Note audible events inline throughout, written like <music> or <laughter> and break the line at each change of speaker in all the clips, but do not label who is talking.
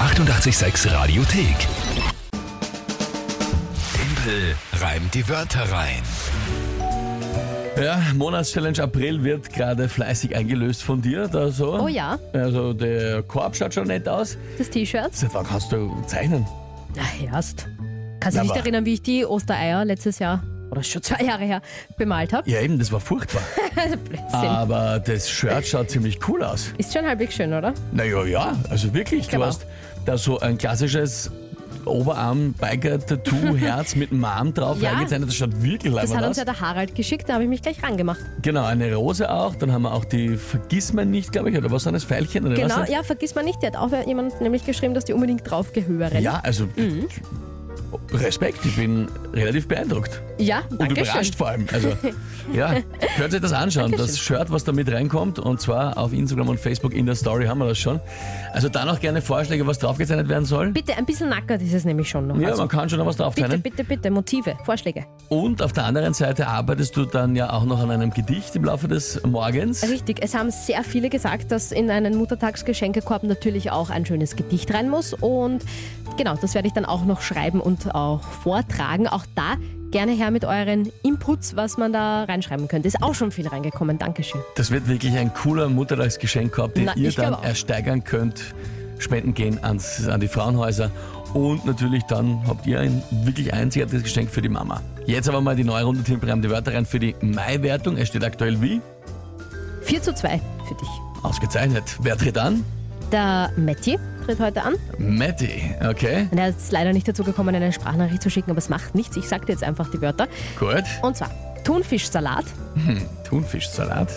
886 Radiothek. Tempel reimt die Wörter rein.
Ja, Monatschallenge April wird gerade fleißig eingelöst von dir. Da so.
Oh ja.
Also der Korb schaut schon nett aus.
Das T-Shirt?
Seit wann kannst du zeichnen?
Na, erst. Kannst du
Na,
dich nicht
aber-
erinnern, wie ich die Ostereier letztes Jahr oder schon zwei Jahre her bemalt habe?
Ja eben, das war furchtbar.
<laughs> Blödsinn.
Aber das Shirt schaut ziemlich cool aus.
Ist schon halbwegs schön, oder?
Naja, ja, also wirklich. Du
Genau.
hast da so ein klassisches Oberarm-Biker-Tattoo-Herz mit einem Arm drauf
Ja.
reingezeichnet. Das schaut wirklich
Das
leibend
hat
aus.
uns ja der Harald geschickt, da habe ich mich gleich rangemacht.
Genau, eine Rose auch. Dann haben wir auch die Vergissmeinnicht, glaube ich, oder was sind das? Pfeilchen? Oder
Genau,
was
ja, vergiss mal nicht, der hat auch jemand nämlich geschrieben, dass die unbedingt drauf gehören.
Ja, also
Mhm.
Respekt, ich bin relativ beeindruckt.
ja
Und
danke schön.
überrascht vor allem.
<laughs>
Also, ja, könnt ihr das anschauen, das Shirt, was da mit reinkommt. Und zwar auf Instagram und Facebook in der Story haben wir das schon. Also da noch gerne Vorschläge, was draufgezeichnet werden soll.
Bitte, ein bisschen nackert ist es nämlich schon noch.
Ja,
Also,
man kann schon noch was
bitte,
draufzeichnen.
bitte, bitte, Motive, Vorschläge.
Und auf der anderen Seite arbeitest du dann ja auch noch an einem Gedicht im Laufe des Morgens.
Richtig, es haben sehr viele gesagt, dass in einen Muttertagsgeschenkekorb natürlich auch ein schönes Gedicht rein muss. Und genau, das werde ich dann auch noch schreiben und auch vortragen. Auch da gerne her mit euren Inputs, was man da reinschreiben könnte. Ist auch schon viel reingekommen. Dankeschön.
Das wird wirklich ein cooler Muttertagsgeschenkkorb, den
Na,
ihr
ich glaub
dann
auch.
ersteigern könnt. Spenden gehen ans, an die Frauenhäuser. Und natürlich dann habt ihr ein wirklich einzigartiges Geschenk für die Mama. Jetzt aber mal die neue Runde Timpelreim, die Wörter rein für die Mai-Wertung. Es steht aktuell wie?
4 zu 2 für dich.
Ausgezeichnet. Wer tritt an?
Der Matti tritt heute an.
Matti. Okay,
Und er ist leider nicht dazu gekommen, eine Sprachnachricht zu schicken, aber es macht nichts. Ich sag dir jetzt einfach die Wörter.
gut.
Und zwar Thunfischsalat,
Thunfischsalat.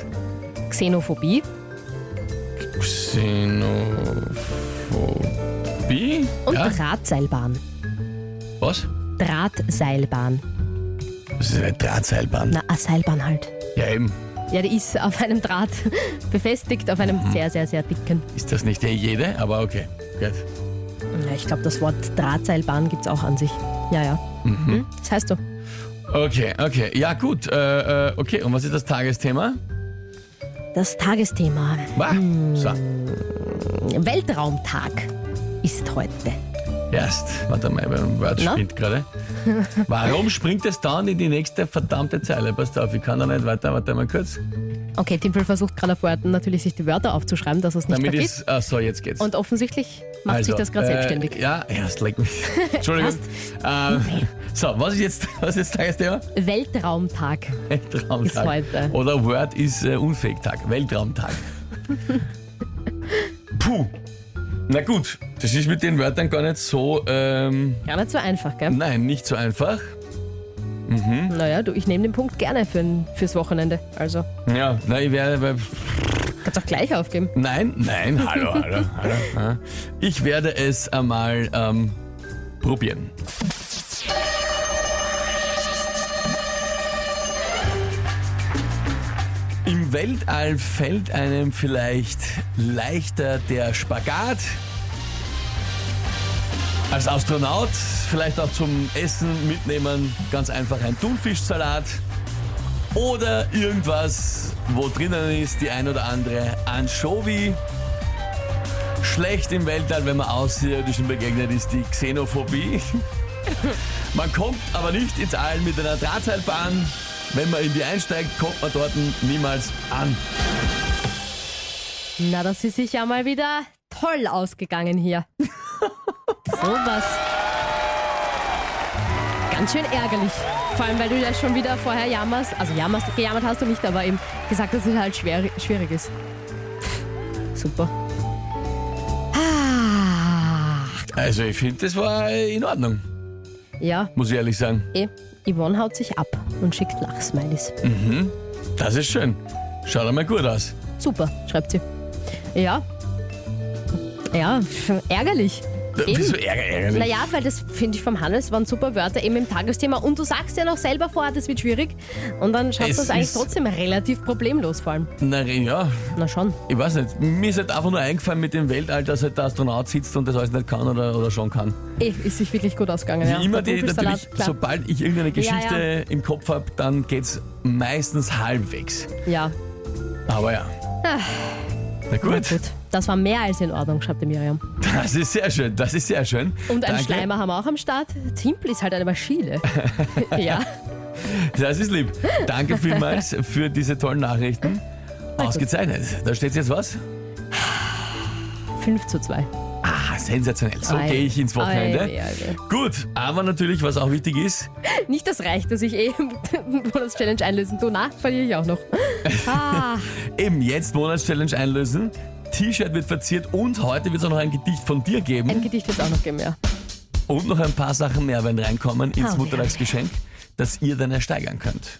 Xenophobie,
Xenophobie.
Und
Ja,
Drahtseilbahn.
was?
Drahtseilbahn.
Das ist eine Drahtseilbahn.
Na, eine Seilbahn halt.
Ja, eben.
Ja, die ist auf einem Draht <laughs> befestigt, auf einem sehr, sehr, sehr dicken.
Ist das nicht eh jede, aber okay. Gut.
Ja, ich glaube, das Wort Drahtseilbahn gibt es auch an sich. Ja, ja. Hm? Das heißt so.
Okay, okay. Ja, gut. Äh, äh, okay, und was ist das Tagesthema?
Das Tagesthema
Bah.
Hm.
So,
Weltraumtag ist heute.
erst. Warte mal, mein Wort
Na?
spinnt
<laughs>
gerade. Warum springt es dann in die nächste verdammte Zeile? Passt auf, ich kann da nicht weiter. Warte mal kurz.
Okay, Timpel versucht gerade auf Worten natürlich sich die Wörter aufzuschreiben, dass er es nicht
Damit
vergisst.
ist. Ach so, jetzt geht's.
Und offensichtlich macht sich das gerade
äh,
selbstständig.
Ja, erst leck
<laughs>
mich. Entschuldigung. ähm, so, was ist jetzt, <laughs> was ist das Tagesthema?
äh, Weltraumtag.
Weltraumtag.
Ist heute.
Oder Word ist äh, Unfähigtag.
<laughs>
Weltraumtag. Puh. Na gut, das ist mit den Wörtern gar nicht so, ähm,
Gar nicht so einfach, gell?
nein, nicht so einfach.
Naja, du, ich nehme den Punkt gerne für, fürs Wochenende. Also,
Ja, na, ich werde, bei-
kannst auch gleich aufgeben.
nein, nein, hallo, hallo, hallo. ja. Ich werde es einmal ähm, probieren. Im Weltall fällt einem vielleicht leichter der Spagat. Als Astronaut vielleicht auch zum Essen mitnehmen ganz einfach ein Thunfischsalat oder irgendwas, wo drinnen ist die ein oder andere Anchovy. Schlecht im Weltall, wenn man Außerirdischen begegnet, ist die Xenophobie. <laughs> Man kommt aber nicht ins All mit einer Drahtseilbahn. Wenn man in die einsteigt, kommt man dort niemals an.
Na, das ist sich ja mal wieder toll ausgegangen hier. Sowas. Ganz schön ärgerlich. Vor allem, weil du ja schon wieder vorher jammerst. Also jammerst, gejammert hast du nicht, aber eben gesagt, dass es halt schwer, schwierig ist. Pff, super. Ah,
Also ich finde, das war in Ordnung,
ja,
muss ich ehrlich sagen.
eh. Yvonne haut sich ab und schickt Lachsmileys.
Das ist schön. Schaut einmal gut aus.
Super, schreibt sie. Ja. Ja, ärgerlich. Eben.
Wieso ärger- ärgerlich?
Naja, weil das finde ich vom Hannes waren super Wörter eben im Tagesthema. Und du sagst ja noch selber vorher, das wird schwierig. Und dann schaffst du
Es
es eigentlich
ist-
trotzdem relativ problemlos vor allem.
Na ja,
Na schon.
ich weiß nicht. Mir ist halt einfach nur eingefallen mit dem Weltall, dass halt der Astronaut sitzt und das alles nicht kann oder, oder schon kann.
Eh, ist sich wirklich gut ausgegangen.
Wie
ja.
immer,
Der
die,
Thunfischsalat,
natürlich,
klar.
sobald ich irgendeine Geschichte
Ja,
im Kopf habe, dann geht's meistens halbwegs.
Ja.
Aber ja. Na gut,
Gut, das war mehr als in Ordnung, schreibt die Miriam.
das ist sehr schön, das ist sehr schön.
Und einen
Danke.
Schleimer haben wir auch am Start. Timpel ist halt eine
<laughs>
Maschine. ja,
Das ist lieb. Danke
<laughs>
vielmals für diese tollen Nachrichten. Ausgezeichnet. Da steht jetzt was?
5 zu 2.
Ah, sensationell. So gehe ich ins Wochenende. Gut, aber natürlich, was auch wichtig ist,
Nicht das Reich, dass ich <laughs> eben das Challenge einlösen tue. Na, verliere ich auch noch. Ah,
eben jetzt Monatschallenge einlösen. T-Shirt wird verziert und heute wird es auch noch ein Gedicht von dir geben
ein Gedicht wird auch noch geben, ja.
und noch ein paar Sachen mehr werden reinkommen ins
Oh,
Muttertagsgeschenk, das ihr dann ersteigern könnt.